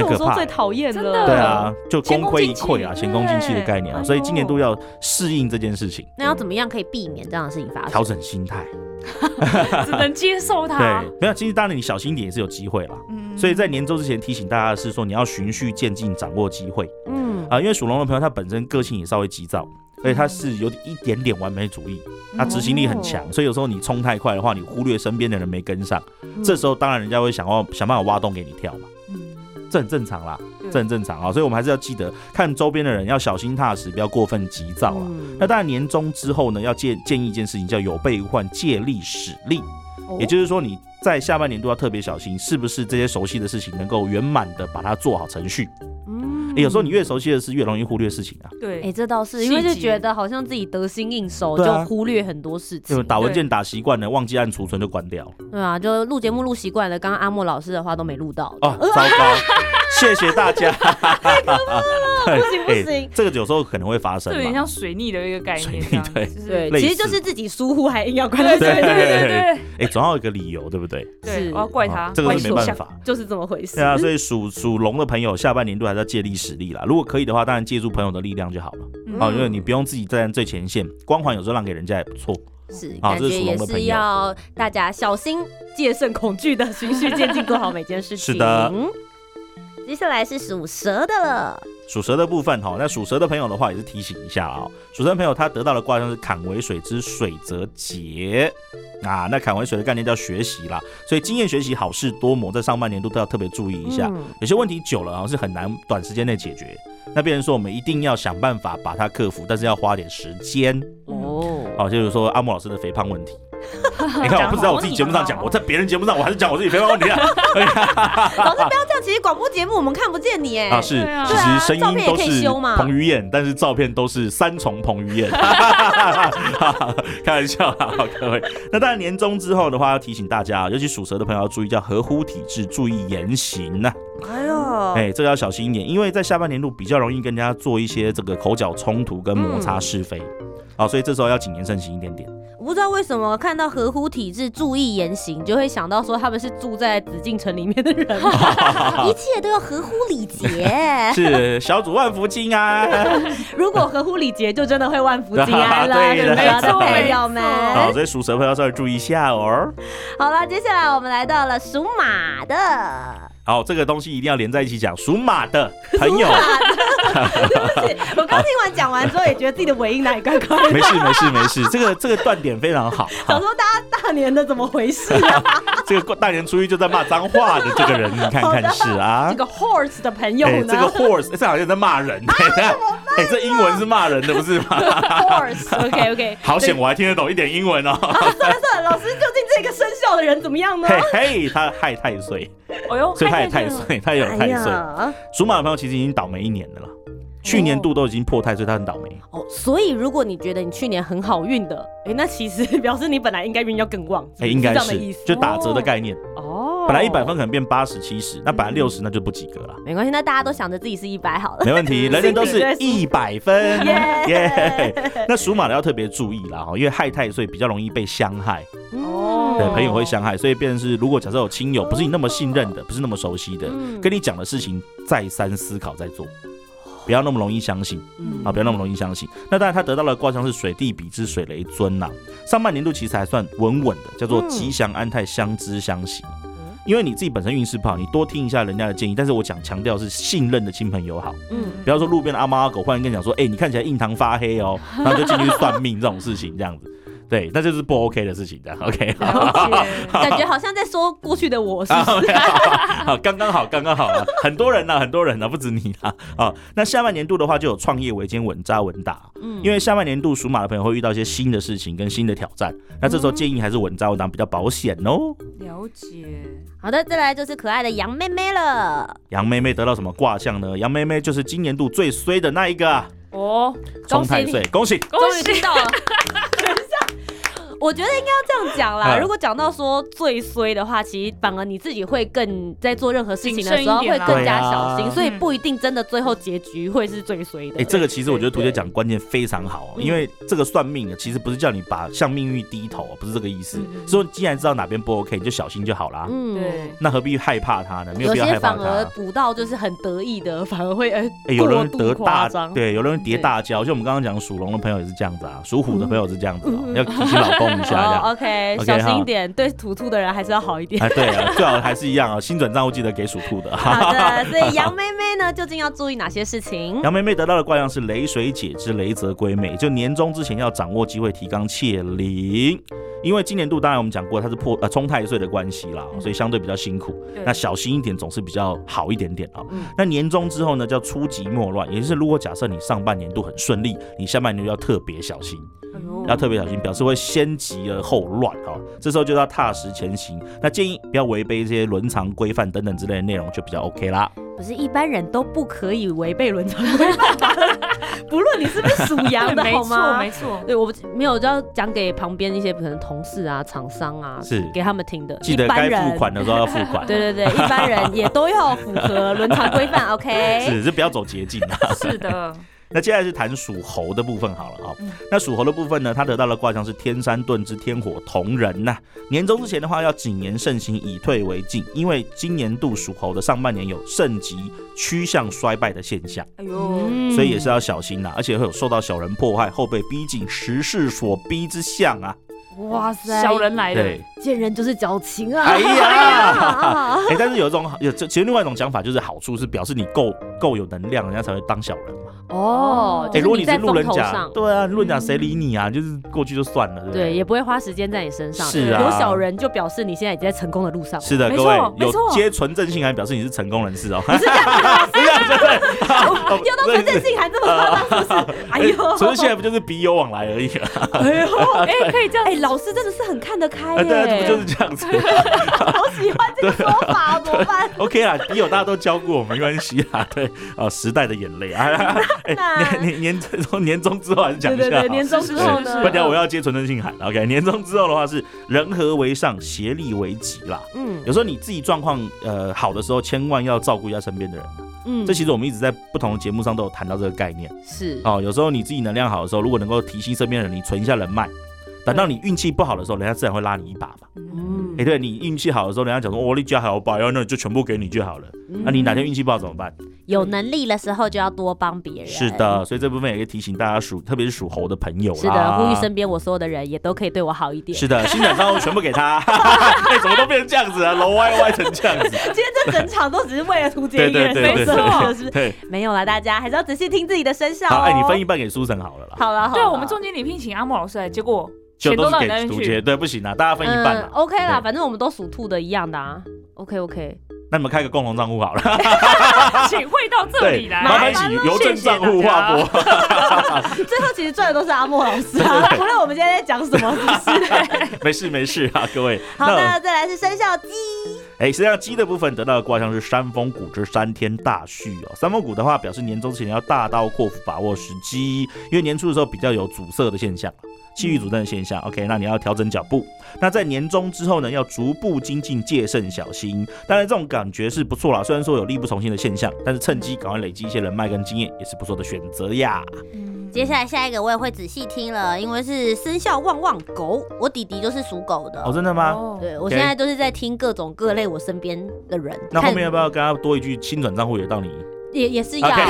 Speaker 1: 这种
Speaker 3: 可
Speaker 1: 时候
Speaker 3: 怕
Speaker 1: 最
Speaker 3: 了
Speaker 1: 讨厌
Speaker 2: 真
Speaker 1: 了。
Speaker 2: 的
Speaker 3: 对啊，就
Speaker 2: 前
Speaker 3: 功
Speaker 2: 功
Speaker 3: 亏一
Speaker 2: 尽弃
Speaker 3: 篑啊，前功尽弃的概念啊，
Speaker 2: 对
Speaker 3: 所以今年度要适应这件事情，
Speaker 1: 那要怎么样可以避免这样的事情发
Speaker 3: 调
Speaker 1: 生？
Speaker 3: 整心态。
Speaker 2: 只能接受它。
Speaker 3: 对，没有，其实当然你小心一点也是有机会啦。
Speaker 2: 嗯
Speaker 3: 所以在年终之前提醒大家的是说，你要循序渐进掌握机会
Speaker 1: 嗯，
Speaker 3: 啊，因为属龙的朋友他本身个性也稍微急躁，而且他是有一点点完美主义，他执行力很强，
Speaker 1: 哦
Speaker 3: 所以有时候你冲太快的话，你忽略身边的人没跟上，
Speaker 1: 嗯
Speaker 3: 这时候当然人家会想要想办法挖洞给你跳嘛，
Speaker 2: 嗯
Speaker 3: 这很正常啦，
Speaker 2: 对
Speaker 3: 这很正常啊，所以我们还是要记得看周边的人要小心踏实，不要过分急躁啦。
Speaker 1: 嗯
Speaker 3: 那当然，年终之后呢，要建建议一件事情，叫有备无患，借力使力。
Speaker 1: 哦
Speaker 3: 也就是说，你在下半年度要特别小心，是不是这些熟悉的事情能够圆满的把它做好程序、
Speaker 1: 嗯
Speaker 3: 诶有时候你越熟悉的事，越容易忽略事情啊。
Speaker 1: 哎，
Speaker 2: 对，
Speaker 1: 这倒是，
Speaker 2: 细
Speaker 1: 因为就
Speaker 2: 节
Speaker 1: 觉得好像自己得心应手，
Speaker 3: 对
Speaker 1: 就
Speaker 3: 啊
Speaker 1: 忽略很多事
Speaker 3: 就
Speaker 1: 情。
Speaker 3: 打文件打习惯了，忘记按储存就关掉了。
Speaker 1: 对啊，就录节目录习惯了，刚刚阿莫老师的话都没录到。
Speaker 3: 哦，糟糕！谢谢大家。 (laughs) 太可怕了，
Speaker 1: 不行不
Speaker 3: 诶
Speaker 1: 行
Speaker 3: 这个有时候可能会发生
Speaker 2: 这有点
Speaker 3: 嘛。
Speaker 2: 像水逆的一个概
Speaker 3: 水
Speaker 2: 念
Speaker 3: 逆
Speaker 2: 这样子，
Speaker 3: 对
Speaker 2: 就是
Speaker 1: 对，
Speaker 3: 类
Speaker 1: 其实
Speaker 3: 似
Speaker 1: 就是自己疏忽，还硬要 (laughs) 怪
Speaker 2: 对对
Speaker 1: 自己，
Speaker 2: 对对对
Speaker 3: 哎、总要有一个理由，对不对？
Speaker 2: 对，
Speaker 1: 是
Speaker 2: 对我要怪他
Speaker 3: 哦，这个
Speaker 2: 怪
Speaker 3: 是没
Speaker 2: 手
Speaker 3: 办
Speaker 2: 相
Speaker 3: 法。
Speaker 1: 就是这么回事
Speaker 3: 对。啊，所以属属龙的朋友，下半年度还是要借力使力啦。如果可以的话，当然借助朋友的力量就好了。
Speaker 2: 嗯
Speaker 3: 哦，因为你不用自己站在最前线，光环有时候让给人家也不错。
Speaker 1: (laughs) 是，
Speaker 3: 好
Speaker 1: 感
Speaker 3: 这是
Speaker 1: 觉
Speaker 3: 属
Speaker 1: 也
Speaker 3: 龙的朋
Speaker 1: 是
Speaker 3: 友
Speaker 1: 要大家小心、戒慎恐惧的，循序渐进做好每件事情。
Speaker 3: 是的。
Speaker 1: 接下来是属蛇的了，
Speaker 3: 属蛇的部分哈，那属蛇的朋友的话也是提醒一下啊、属蛇的朋友他得到的卦象是坎为水之水泽节啊，那坎为水的概念叫学习啦，所以经验学习好事多磨，在上半年度都要特别注意一下。
Speaker 1: 嗯
Speaker 3: 有些问题久了啊是很难短时间内解决，那变成说我们一定要想办法把它克服，但是要花点时间。
Speaker 1: 哦，
Speaker 3: 好，就是说阿莫老师的肥胖问
Speaker 1: (laughs)
Speaker 3: 题。你看，我不知道我自己节目上讲，我在别人节目上我还是讲我自己肥胖问题啊。
Speaker 1: 老师不要这样，其实广播节目我们看不见你哎。
Speaker 3: 啊，是
Speaker 2: 对，啊
Speaker 3: 其
Speaker 1: 对啊
Speaker 3: 实声
Speaker 1: 照
Speaker 3: 音
Speaker 1: 片也
Speaker 3: 都
Speaker 1: 可以
Speaker 3: 是
Speaker 1: 修嘛
Speaker 3: 彭于晏，但是照片都是三重彭
Speaker 1: (laughs)
Speaker 3: 于晏，开玩笑啊，各位。那当然，年终之后的话，要提醒大家，尤其属蛇的朋友要注意，叫合乎体质，注意言行呐、啊
Speaker 1: 哎呦，
Speaker 3: 哎、这个要小心一点，因为在下半年度比较容易跟人家做一些这个口角冲突跟摩擦是非。
Speaker 1: 嗯
Speaker 3: 好，所以这时候要谨言慎行
Speaker 1: (laughs)
Speaker 3: 一点点。
Speaker 1: 我不知道为什么看到合乎体制、注意言行，就会想到说他们是住在紫禁城里面的
Speaker 3: (laughs)
Speaker 1: 人 (laughs) 嘛，一切都要合乎礼节。
Speaker 3: 是小主万福金啊！
Speaker 1: 如果合乎礼节，就真的会万福金安了，
Speaker 3: 对
Speaker 1: 是
Speaker 3: 的
Speaker 1: 不是，
Speaker 2: 没错
Speaker 1: 朋友们？
Speaker 2: 没
Speaker 3: 好，所以属蛇朋友稍微注意一下哦。
Speaker 1: 好了，接下来我们来到了属马的，
Speaker 3: 好，这个东西一定要连在一起讲。属马的朋
Speaker 1: (laughs)
Speaker 3: 友， (laughs)
Speaker 1: 对不起，我刚听完讲完之后也觉得自己的尾音哪里怪怪
Speaker 3: (laughs)
Speaker 1: 的，
Speaker 3: 没事没事没事，这个这个断点非常好。
Speaker 1: 想说大家大年的怎么回事啊？
Speaker 3: 这个大年初一就在骂脏话的这个
Speaker 1: (laughs)
Speaker 3: 人，你看看是啊
Speaker 1: 这。个 horse 的朋友
Speaker 3: 哎，
Speaker 1: 呢、
Speaker 3: 这
Speaker 1: 啊
Speaker 3: 个 horse，哎这好像在骂
Speaker 1: (laughs)
Speaker 3: 人。哎，这英文是骂人的，不是吗？
Speaker 1: horse，OK OK，
Speaker 3: 好险，我还听得懂一点英
Speaker 1: (laughs)
Speaker 3: 文哦。
Speaker 1: 算了算了，老师究竟这个生肖的人怎么样呢？
Speaker 3: 嘿嘿，他害太岁，
Speaker 2: 哎呦，
Speaker 3: 所以他也
Speaker 2: 太
Speaker 3: 太岁，他也有太岁。
Speaker 1: 哎呀，
Speaker 3: 属马的朋友其实已经倒霉一年的了啦，去年度都已经破太岁，他很倒霉。
Speaker 1: 哦，所以如果你觉得你去年很好运的，哎，那其实 (laughs) 表示你本来应该运要更旺，
Speaker 3: 哎，应该
Speaker 1: 这样的意
Speaker 3: 是
Speaker 1: 思
Speaker 3: 就打折的概念，
Speaker 1: 哦。
Speaker 3: 本来一百分可能变八十、七十，那本来六十那就不及格
Speaker 1: (laughs)
Speaker 3: 了。
Speaker 1: 没关系，那大家都想着自己是一百
Speaker 3: (laughs)
Speaker 1: 好了。
Speaker 3: 没问题，人人都
Speaker 1: 心里
Speaker 3: 是
Speaker 1: 在数
Speaker 3: 一百分，
Speaker 1: 耶
Speaker 3: (laughs) 耶！那属马的要特别注意啦，哈，因为害太岁比较容易被伤害，
Speaker 1: 哦
Speaker 3: 对朋友会伤害，所以变成是如果假设有亲友不是你那么信任的，不是那么熟悉的，
Speaker 1: 嗯
Speaker 3: 跟你讲的事情再三思考再做，不要那么容易相信
Speaker 1: 嗯
Speaker 3: 啊，不要那么容易相信。那当然，他得到的卦象是水地比之水雷尊呐、上半年度其实还算稳稳的，叫做
Speaker 2: 嗯
Speaker 3: 吉祥安泰，相知相惜。因为你自己本身运势不好，你多听一下人家的建议。但是我讲强调是信任的亲朋友好，
Speaker 1: 嗯
Speaker 3: (laughs) 不要说路边的阿猫阿狗忽然跟你讲说，哎、你看起来印堂发黑
Speaker 2: (laughs)
Speaker 3: 哦，然后就进去算命这种事情，这样子，对，那就是不 OK 的事情，这样 (laughs) OK 好。
Speaker 2: 了解。
Speaker 1: 感觉好像在说过去的我，是
Speaker 3: 啊
Speaker 1: 不是？
Speaker 3: ，OK，好， (laughs) 好好刚刚好，刚刚好啊，很多人呐、很多人呐、不止你啦。啊，那下半年度的话，就有创业维艰、稳扎稳打，
Speaker 1: 嗯
Speaker 3: 因为下半年度属马的朋友会遇到一些新的事情跟新的挑战，那这时候建议还是稳扎稳打比较保险哦。
Speaker 2: 了解，
Speaker 1: 好的，再来就是可爱的羊妹妹了。
Speaker 3: 杨妹妹得到什么卦象呢？杨妹妹就是今年度最衰的那一个、啊，
Speaker 2: 哦，恭
Speaker 3: 冲
Speaker 2: 喜
Speaker 3: 太
Speaker 2: 你
Speaker 3: 岁，，恭喜！
Speaker 1: (laughs)
Speaker 2: 恭
Speaker 1: 终于
Speaker 2: 喜
Speaker 1: 听
Speaker 2: (laughs)
Speaker 1: 到了。等一下，我觉得应该要这样讲啦。
Speaker 3: 嗯
Speaker 1: 如果讲到说最衰的话，其实反而你自己会更在做任何事情
Speaker 2: 谨
Speaker 1: 的
Speaker 2: 慎一
Speaker 1: 时候
Speaker 2: 点
Speaker 1: 会
Speaker 2: 啦
Speaker 1: 更加
Speaker 3: 对啊
Speaker 1: 小心，所以
Speaker 2: 嗯
Speaker 1: 不一定真的最后结局会是最衰的。
Speaker 3: 哎、这个其实我觉得
Speaker 1: 对
Speaker 3: 图姐讲观念非常好、哦，
Speaker 1: 嗯
Speaker 3: 因为这个算命的啊其实不是叫你把向命运低头、哦，不是这个意思。
Speaker 2: 嗯嗯嗯
Speaker 3: 是说你既然知道哪边不 OK，你就小心就好啦。
Speaker 1: 嗯
Speaker 2: 对，
Speaker 3: 那何必害怕它呢？没有
Speaker 1: 有
Speaker 3: 必要
Speaker 1: 些
Speaker 3: 害怕
Speaker 1: 反
Speaker 3: 它。
Speaker 1: 而补到就是很得意的，反而会哎、
Speaker 3: 哎，有
Speaker 1: 过
Speaker 3: 人
Speaker 1: 度
Speaker 3: 得
Speaker 1: 夸
Speaker 3: 大
Speaker 1: 张。
Speaker 3: 对，有人跌大跤，就我们刚刚讲属龙的朋友也是这样子啊，属虎的朋友是这样子啊，
Speaker 1: (laughs) 嗯
Speaker 3: 要提醒老公一下这样。
Speaker 1: 哦、，OK，
Speaker 3: OK，
Speaker 1: 小心
Speaker 3: 好
Speaker 1: 一点，对土兔的人还是要好一点。
Speaker 3: (laughs) 啊，对啊，最好还是一样啊，新转账户记得给属兔的。啊
Speaker 1: (laughs) 好的，所以杨妹妹呢，究竟要注意哪些事情？
Speaker 3: 杨妹妹得到的卦象是雷水解之，雷泽归妹，就年终之前要掌握机会，提纲挈领。因为今年度当然我们讲过，它是破呃冲太岁的关系
Speaker 1: 嗯
Speaker 3: 啦，所以相对比较辛苦。
Speaker 2: 对哎
Speaker 3: 那小心一点总是比较好一点点啊、
Speaker 1: 嗯
Speaker 3: 那年终之后呢，叫初级莫乱，也就是如果假设你上半年度很顺利，你下半年度要特别小心，
Speaker 2: 哎
Speaker 1: 嗯
Speaker 2: 呦
Speaker 3: 要特别小心，表示会先急而后乱哈、这时候就要踏实前行。那建议不要违背这些伦常规范等等之类的内容，就比较 OK 啦。
Speaker 1: 不是一般人都不可以违背伦常规范吧， (laughs) 不论你是不是属羊
Speaker 3: (laughs)
Speaker 1: 的，
Speaker 2: 没
Speaker 1: 好
Speaker 2: 错，
Speaker 1: 吗
Speaker 2: 没？错，
Speaker 1: 对，我不没有就要讲给旁边一些可能同事啊、厂商啊，
Speaker 3: 是
Speaker 1: 给他们听的。
Speaker 3: 记得
Speaker 1: 一般
Speaker 3: 该
Speaker 1: 人
Speaker 3: 付款的时候要付
Speaker 1: (laughs)
Speaker 3: 款。
Speaker 1: 对对对，一般人 (laughs) 也都要符合伦常规范。OK，
Speaker 3: 是，就不要走捷径啊。 (laughs)
Speaker 2: 是
Speaker 1: (laughs)
Speaker 2: 的，
Speaker 3: 那接下来是谈属猴的部分好了啊、
Speaker 2: 嗯
Speaker 3: 那属猴的部分呢，它得到了卦象是天山遁之天火同人呐、年终之前的话，要谨言慎行，以退为进，因为今年度属猴的上半年有盛极趋向衰败的现象，
Speaker 2: 哎呦，
Speaker 1: 嗯
Speaker 3: 所以也是要小心呐、而且会有受到小人迫害，后被逼近时势所逼之象啊。
Speaker 1: 哇塞，
Speaker 2: 小人来了，
Speaker 3: 对，
Speaker 1: 见人就是矫情啊！
Speaker 3: 哎呀。
Speaker 1: 啊
Speaker 3: 哎、但是有一种有，这其实另外一种讲法就是好处是表示你够够有能量，人家才会当小人嘛。
Speaker 1: (laughs) 哦，
Speaker 3: 哎、
Speaker 1: 就
Speaker 3: 如果你
Speaker 1: 在
Speaker 3: 是路
Speaker 1: 风
Speaker 3: 人
Speaker 1: 头
Speaker 3: 甲
Speaker 1: 上，，嗯
Speaker 3: 对啊，路人甲谁理你啊？就是过去就算了，对不
Speaker 1: 对，
Speaker 3: 对？
Speaker 1: 也不会花时间在你身上。
Speaker 3: 是
Speaker 2: 啊
Speaker 1: 有小人就表示你现在已经在成功的路上。
Speaker 3: 是的，
Speaker 2: 没
Speaker 3: 各
Speaker 2: 错
Speaker 3: 位
Speaker 2: 没
Speaker 3: 有
Speaker 2: 错
Speaker 3: 接纯正性，还表示你是成功人士哦。是这样，是这样，对不
Speaker 2: 哦
Speaker 3: 对？
Speaker 1: 有到纯正性还这么夸张，是不 (laughs) 是？哎
Speaker 3: (laughs) 哎
Speaker 1: 呦，
Speaker 3: 哦所以现在不就是笔友往来而已啊？
Speaker 1: 哎呦，
Speaker 3: (laughs)
Speaker 2: 哎，可以这样
Speaker 1: 哎，老师真的是很看得开
Speaker 3: 啊，对啊，
Speaker 1: 耶，
Speaker 3: 不就是啊这样子 (laughs)
Speaker 1: 好喜欢这个说法哦，怎么办？
Speaker 3: ？OK 啦，笔友大家都教过，没关系啦。对啊，时代的眼泪啊， (laughs) 哎年年年终年终之后还是讲
Speaker 1: 对
Speaker 3: 一
Speaker 1: 对
Speaker 3: 下
Speaker 1: 对，
Speaker 3: 好。
Speaker 1: 年终之后
Speaker 2: 是是
Speaker 1: 呢？
Speaker 3: 不然我要接纯正性喊了。OK，年终之后的话是人和为上，协力为吉啦。
Speaker 1: 嗯
Speaker 3: 有时候你自己状况呃好的时候，千万要照顾一下身边的人。
Speaker 1: 嗯
Speaker 3: 这其实我们一直在不同的节目上都有谈到这个概念
Speaker 1: 是
Speaker 3: 哦。有时候你自己能量好的时候，如果能够提醒身边的人，你存一下人脉。等到你运气不好的时候，人家自然会拉你一把嘛。
Speaker 1: 嗯
Speaker 3: 哎、对你运气好的时候，人家讲说哦，你家好吧，然后那就全部给你就好了。那、
Speaker 1: 嗯
Speaker 3: 你哪天运气不好怎么办？
Speaker 1: 有能力的时候就要多帮别人。
Speaker 3: 是。的，所以这部分也可以提醒大家属，特别是属猴的朋友啦。
Speaker 1: 是的，呼吁身边我所有的人也都可以对我好一点。
Speaker 3: 是的，新展商务全部给他。 (laughs) 哎、怎么都变成这样子啊？楼歪歪成
Speaker 1: (laughs)
Speaker 3: 这样子。
Speaker 1: 今天这整场都只是为了图姐
Speaker 3: 对
Speaker 1: 一个
Speaker 3: 对
Speaker 1: 人
Speaker 3: 对对
Speaker 1: 分
Speaker 3: 对
Speaker 1: 手，是不是？
Speaker 3: 对。
Speaker 1: 没有啦，大家还是要仔细听自己的生肖
Speaker 3: 好，
Speaker 1: 哦。
Speaker 3: 哎、你分一半给苏晨好了啦。
Speaker 1: 好了，好了
Speaker 2: 对我们中间礼聘请阿莫老师来，结果
Speaker 3: (laughs) 就
Speaker 2: 全
Speaker 3: 都
Speaker 2: 都
Speaker 3: 是
Speaker 2: 到你那
Speaker 3: 给
Speaker 2: 边
Speaker 3: 竹
Speaker 2: 去
Speaker 3: 节，，对，不行啦，啊大家分一半啦。
Speaker 1: 嗯、OK 啦，
Speaker 3: 对
Speaker 1: 反正我们都属兔的一样的啊。OK
Speaker 3: (laughs)
Speaker 1: OK，
Speaker 3: 那你们开个共同账户好了。
Speaker 2: 请汇到这里来，
Speaker 3: 麻烦请邮政账户划拨。 (laughs)
Speaker 1: 最后其实赚的都是阿莫老师啊， (laughs) 无论我们现在在讲什么，是不是？
Speaker 3: 没事没事啊，各位。
Speaker 1: 好的，再来是生肖鸡，
Speaker 3: 哎，实际上鸡的部分得到的卦象是山峰谷之三天大畜哦。山峰谷的话，表示年终之前要大刀阔斧把握时机，因为年初的时候比较有阻塞的现象。啊气郁阻塞的现象，OK，那你要调整脚步。那在年终之后呢，要逐步精进，戒慎小心。当然，这种感觉是不错啦，虽然说有力不从心的现象，但是趁机赶快累积一些人脉跟经验，也是不错的选择呀。
Speaker 2: 嗯
Speaker 4: 接下来下一个我也会仔细听了，因为是生肖旺旺狗，我弟弟就是属狗的。
Speaker 3: 哦，真的吗？
Speaker 2: 哦，
Speaker 4: 对，我
Speaker 3: OK
Speaker 4: 现在都是在听各种各类我身边的人。
Speaker 3: 那后
Speaker 4: 看
Speaker 3: 面要不要跟他多一句新转账户也到你？
Speaker 1: 也也是要。
Speaker 3: OK
Speaker 1: (laughs)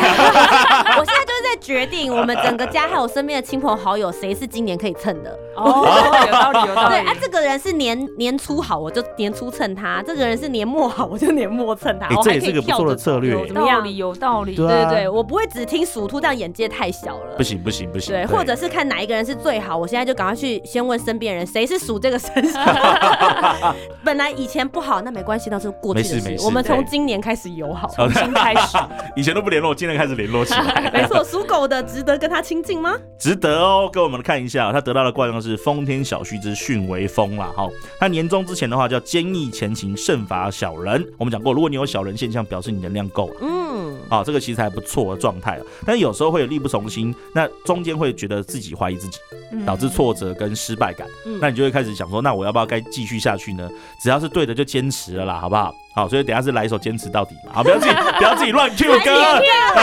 Speaker 1: 我现在就是在决定我们整个家还有身边的亲朋好友，谁是今年可以蹭
Speaker 3: (laughs)
Speaker 1: 的。
Speaker 2: 哦，有道理，有道
Speaker 1: 对
Speaker 2: 理
Speaker 1: 啊，。这个人是年年初好，我就年初蹭他；这个人是年末好，我就年末蹭他。
Speaker 3: 哎
Speaker 1: 我
Speaker 3: 这
Speaker 1: 还
Speaker 3: 也
Speaker 1: 可
Speaker 3: 是
Speaker 1: 以
Speaker 3: 个不
Speaker 1: 跳
Speaker 3: 错的
Speaker 1: 着
Speaker 3: 策略
Speaker 1: 有
Speaker 3: 欸。
Speaker 1: 怎么
Speaker 2: 有道
Speaker 1: 样？
Speaker 2: 理，有道理。
Speaker 3: 啊
Speaker 1: 对对，我不会只听鼠兔，这样眼界太小了。
Speaker 3: 不行不行不行，
Speaker 1: 对，或者是看哪一个人是最好，我现在就赶快去先问身边人，谁是数这个生肖。
Speaker 3: (laughs)
Speaker 1: 本来以前不好，那没关系，那是过去的
Speaker 3: 没事没事
Speaker 1: 我们从
Speaker 3: 对
Speaker 1: 今年开始友好。 (laughs)
Speaker 2: 重新开
Speaker 3: (laughs)
Speaker 2: 始，
Speaker 3: 以前都不联络，今天开始联络起来，
Speaker 1: 没错，属狗的值得跟他亲近
Speaker 3: (laughs)
Speaker 1: 吗？
Speaker 3: 值得哦。给我们看一下，他得到的冠状是丰天小旭之迅为风啦。哈，他年终之前的话叫坚毅前行，慎罚小人。我们讲过，如果你有小人现象，表示你能量够了。
Speaker 1: 嗯，
Speaker 3: 啊，这个其实还不错的状态啊，但是有时候会有力不从心，那中间会觉得自己怀疑自己，
Speaker 2: 嗯
Speaker 3: 导致挫折跟失败感。
Speaker 1: 嗯
Speaker 3: 那你就会开始想说，那我要不要该继续下去呢？只要是对的就坚持了啦，好不好？好，所以等一下是来一首坚持到底嘛，啊，不要自己不要自己乱 Q 歌，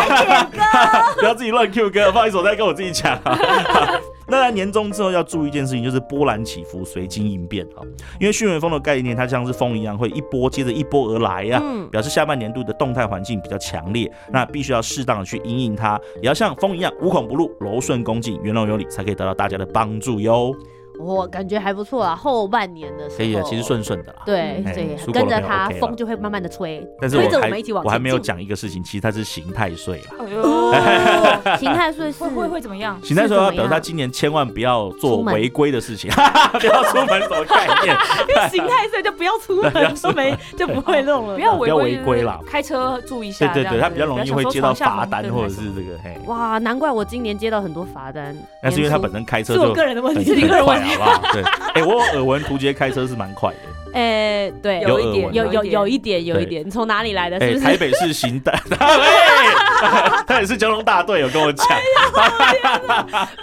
Speaker 3: (laughs) 不要自己乱 Q 歌，放一首再跟我自己讲、啊。那在年终之后要注意一件事情，就是波澜起伏、随机应变啊。因为迅雷风的概念，它像是风一样，会一波接着一波而来呀、啊
Speaker 1: 嗯，
Speaker 3: 表示下半年度的动态环境比较强烈，那必须要适当的去因应它，也要像风一样无孔不入、柔顺恭敬、圆融有礼，才可以得到大家的帮助哟。
Speaker 1: 我感觉还不错啦，后半年的时候
Speaker 3: 可以啊，其实。顺顺的啦。
Speaker 1: 哦对
Speaker 3: 哎
Speaker 1: 对
Speaker 3: 属，狗的
Speaker 1: 跟
Speaker 3: 朋友
Speaker 1: 着他
Speaker 3: OK 了
Speaker 1: 风就会慢慢的吹，
Speaker 3: 但是
Speaker 1: 推着我
Speaker 3: 我还
Speaker 1: 们一起往前进。
Speaker 3: 我还没有讲一个事情，其实它是形态税啦。
Speaker 2: 哎
Speaker 1: 哦
Speaker 2: 呦，
Speaker 3: (laughs)
Speaker 4: 形态税是
Speaker 2: 会会会怎么样？
Speaker 3: 形态税
Speaker 1: 是怎
Speaker 3: 要
Speaker 1: 么
Speaker 3: 表示他
Speaker 1: 样
Speaker 3: 今年千万不要做
Speaker 1: 出门
Speaker 3: 违规的事情，哈哈不要出门什么概
Speaker 1: (laughs)
Speaker 3: 念？
Speaker 1: 因为形态税就不要出门，就没就不会弄了。
Speaker 2: 不要违
Speaker 3: (laughs) 不要
Speaker 2: 规
Speaker 3: 违规啦
Speaker 2: 就是开车注意一
Speaker 1: 啊
Speaker 3: 对
Speaker 2: 下。
Speaker 3: 对
Speaker 2: 这
Speaker 3: 对，
Speaker 2: 样
Speaker 3: 他
Speaker 2: 子
Speaker 3: 比较容易会接到罚单或者是这个嘿，
Speaker 1: 哇，难怪我今年接到很多罚单。
Speaker 3: 那是因为他本
Speaker 1: 身
Speaker 3: 身开车
Speaker 1: 是
Speaker 3: 就
Speaker 1: 我个人的问题，
Speaker 3: 很快，啊好不好？对，哎，我有耳闻图杰开车是蛮快的。
Speaker 1: 哎，对，
Speaker 3: 有
Speaker 2: 有一
Speaker 3: 一点
Speaker 2: 点，
Speaker 1: 有有有
Speaker 2: 一
Speaker 1: 一点，有一点，你从哪里来的？是
Speaker 3: 哎、
Speaker 1: 不
Speaker 3: 台
Speaker 1: 是？
Speaker 3: 北市刑大， (laughs) 哎 (laughs) 他也是交通大队，有跟我讲，
Speaker 1: 哎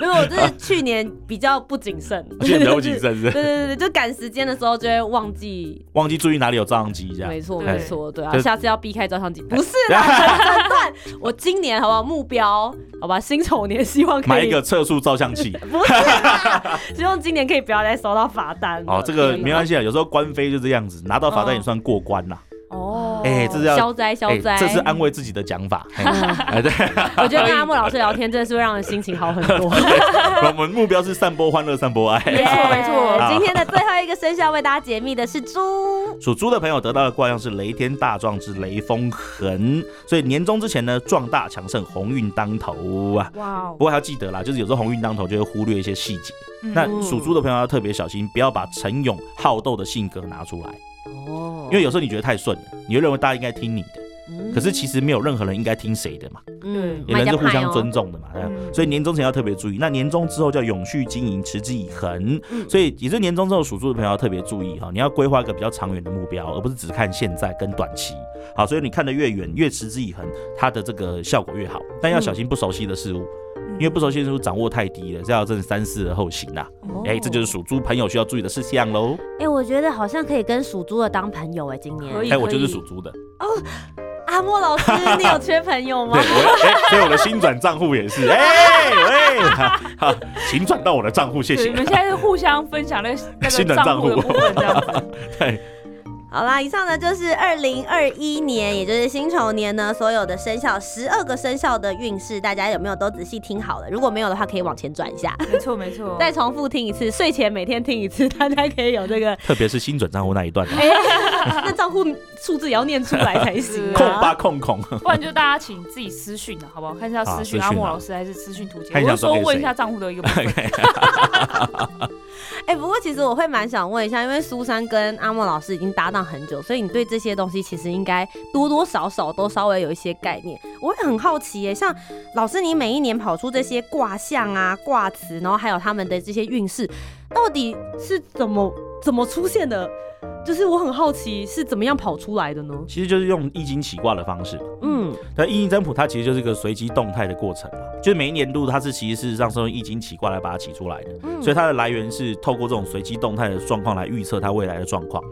Speaker 1: 没有，我就是去年比较不谨慎，
Speaker 3: 我记得不谨。慎是不是
Speaker 1: (laughs) 对对对对，就赶时间的时候就会忘记，
Speaker 3: 忘记注意哪里有照相机这样。 (laughs)
Speaker 1: 没错啊
Speaker 2: 对
Speaker 1: 没错，对啊
Speaker 3: 就，
Speaker 1: 下次要避开照相机。不是啦，诊断，我今年好不好？目标好吧，辛丑年希望可以
Speaker 3: 买一个测速照相器
Speaker 1: 不是啦，希望今年可以不要再收到罚单了。
Speaker 3: 哦，这个
Speaker 1: 天哪
Speaker 3: 没关系啊，有时候官非就这样子，拿到罚单也算过关啦。
Speaker 2: 哦
Speaker 3: 哎这是要
Speaker 1: 消灾消
Speaker 3: 哎
Speaker 1: 灾。
Speaker 3: 这是安慰自己的
Speaker 1: (laughs)
Speaker 3: 讲法。嘿哎，对， (laughs)
Speaker 1: 我觉得跟阿莫老师聊天真的是会让人心情好很多。
Speaker 3: 我们目标是散播欢乐，散播爱。
Speaker 2: 没错没错
Speaker 1: 今天的最后一个生肖为大家解密的是猪，
Speaker 3: 属猪的朋友得到的卦象是雷天大壮之雷风横，所以年终之前呢，壮大强盛，鸿运当头啊。
Speaker 2: 哇哦
Speaker 3: 不，过还要记得啦，就是有时候鸿运当头就会忽略一些细节。
Speaker 2: 嗯
Speaker 3: 那属猪的朋友要特别小心，不要把陈勇好斗的性格拿出来，
Speaker 1: 哦
Speaker 3: 因为有时候你觉得太顺了，你会认为大家应该听你的，可是其实没有任何人应该听谁的嘛，
Speaker 1: 嗯
Speaker 3: 有人是互
Speaker 1: 卖家派
Speaker 3: 相
Speaker 1: 哦
Speaker 3: 尊重的嘛，哎
Speaker 2: 嗯
Speaker 3: 所以年终前要特别注意。那年终之后叫永续经营，持之以恒，
Speaker 1: 嗯
Speaker 3: 所以也就是年终之后属猪的朋友要特别注意哈，你要规划一个比较长远的目标，而不是只看现在跟短期。好，所以你看得越远，越持之以恒，它的这个效果越好，但
Speaker 1: 嗯
Speaker 3: 要小心不熟悉的事物。因为不熟悉的事物掌握太低了，这要真的三思而后行啦、
Speaker 2: 哦
Speaker 3: 哎、这就是属猪朋友需要注意的事项喽。
Speaker 4: 哎，我觉得好像可以跟属猪的当朋友哎，今
Speaker 2: 可
Speaker 4: 年
Speaker 2: 以
Speaker 3: 哎、我就是属猪的，
Speaker 1: 阿啊莫老师，你有缺朋友
Speaker 3: 对
Speaker 1: 吗？
Speaker 3: 我，哎、所以我的新转账户也是，哎、哎、好，好请转到我的账户，谢
Speaker 2: 对，
Speaker 3: 谢
Speaker 2: 你。们现在是互相分享那那
Speaker 3: 新
Speaker 2: 个
Speaker 3: 的账
Speaker 2: 账
Speaker 3: 户
Speaker 2: 户的部分，这样
Speaker 3: (laughs)
Speaker 2: 子。
Speaker 3: 对，
Speaker 4: (laughs) 好啦，以上呢就是二零二一年，也就是辛丑年呢，所有的生肖十二个生肖的运势，大家有没有都仔细听好了？如果没有的话，可以往前转一下。
Speaker 1: 哦
Speaker 2: 没错没错。
Speaker 1: 再重复听一次，睡前每天听一次，大家可以有这个。
Speaker 3: 特别是新转账户那
Speaker 1: (laughs)
Speaker 3: 一段、啊，
Speaker 1: 哎，那账户数字也要念出来才行、
Speaker 3: (laughs) 空
Speaker 1: 啊。
Speaker 3: 吧空空，
Speaker 2: 不然就大家请自己私讯啊，好不好？看一下
Speaker 3: 好
Speaker 2: 私讯
Speaker 3: 私讯
Speaker 2: 阿莫
Speaker 3: 啊
Speaker 2: 老师还是私讯图姐，
Speaker 3: 看一
Speaker 2: 我
Speaker 3: 下
Speaker 2: 是说
Speaker 3: 转给谁
Speaker 2: 问一下账户的一个部
Speaker 3: (laughs)
Speaker 2: 分。嗯
Speaker 4: 哎、不过其实我会蛮想问一下，因为苏珊跟阿莫老师已经搭档很久，所以你对这些东西其实应该多多少少都稍微有一些概念。我也很好奇耶，像老师你每一年跑出这些卦象啊、卦辞，然后还有他们的这些运势，
Speaker 1: 到底是怎么怎么出现的？就是我很好奇是怎么样跑出来的呢？
Speaker 3: 其实就是用易经起卦的方式。
Speaker 1: 嗯，
Speaker 3: 那易经占卜它其实就是一个随机动态的过程啊，就是每一年度它是其实事实上是用易经起卦来把它起出来的，
Speaker 2: 嗯
Speaker 4: 嗯
Speaker 3: 所以它的来源是透过这种随机动态的状况来预测它未来的状况。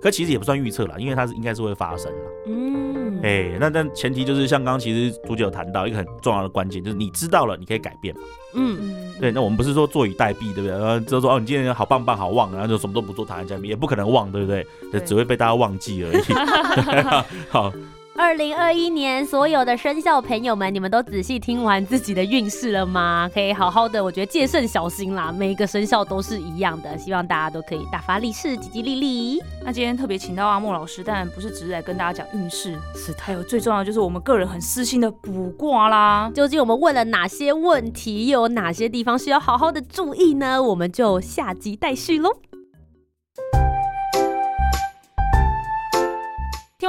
Speaker 3: 可其实也不算预测啦，因为它是应该是会发生啦。
Speaker 1: 嗯，
Speaker 3: 哎、那但前提就是像刚刚其实朱姐有谈到一个很重要的关键，就是你知道了，你可以改变嘛。
Speaker 1: 嗯，
Speaker 2: 嗯，
Speaker 3: 对，那我们不是说坐以待毙，对不对？然后就说哦，你今天好棒棒，好旺，然后就什么都 (laughs) 不做，躺在家里面，也不可能旺，对不对？啊
Speaker 2: 对
Speaker 3: 只会被大家忘记而已。好，
Speaker 1: 二零二一年所有的生肖朋友们，你们都仔细听完自己的运势了吗？可以好好的，我觉得戒慎小心啦，每一个生肖都是一样的，希望大家都可以大发利市，吉吉利利。
Speaker 2: 那今天特别请到阿莫老师，当然不是只是来跟大家讲运势，是还有最重要的就是我们个人很私心的卜卦啦。
Speaker 1: 究竟我们问了哪些问题，又有哪些地方需要好好的注意呢？我们就下集待续喽。
Speaker 2: 听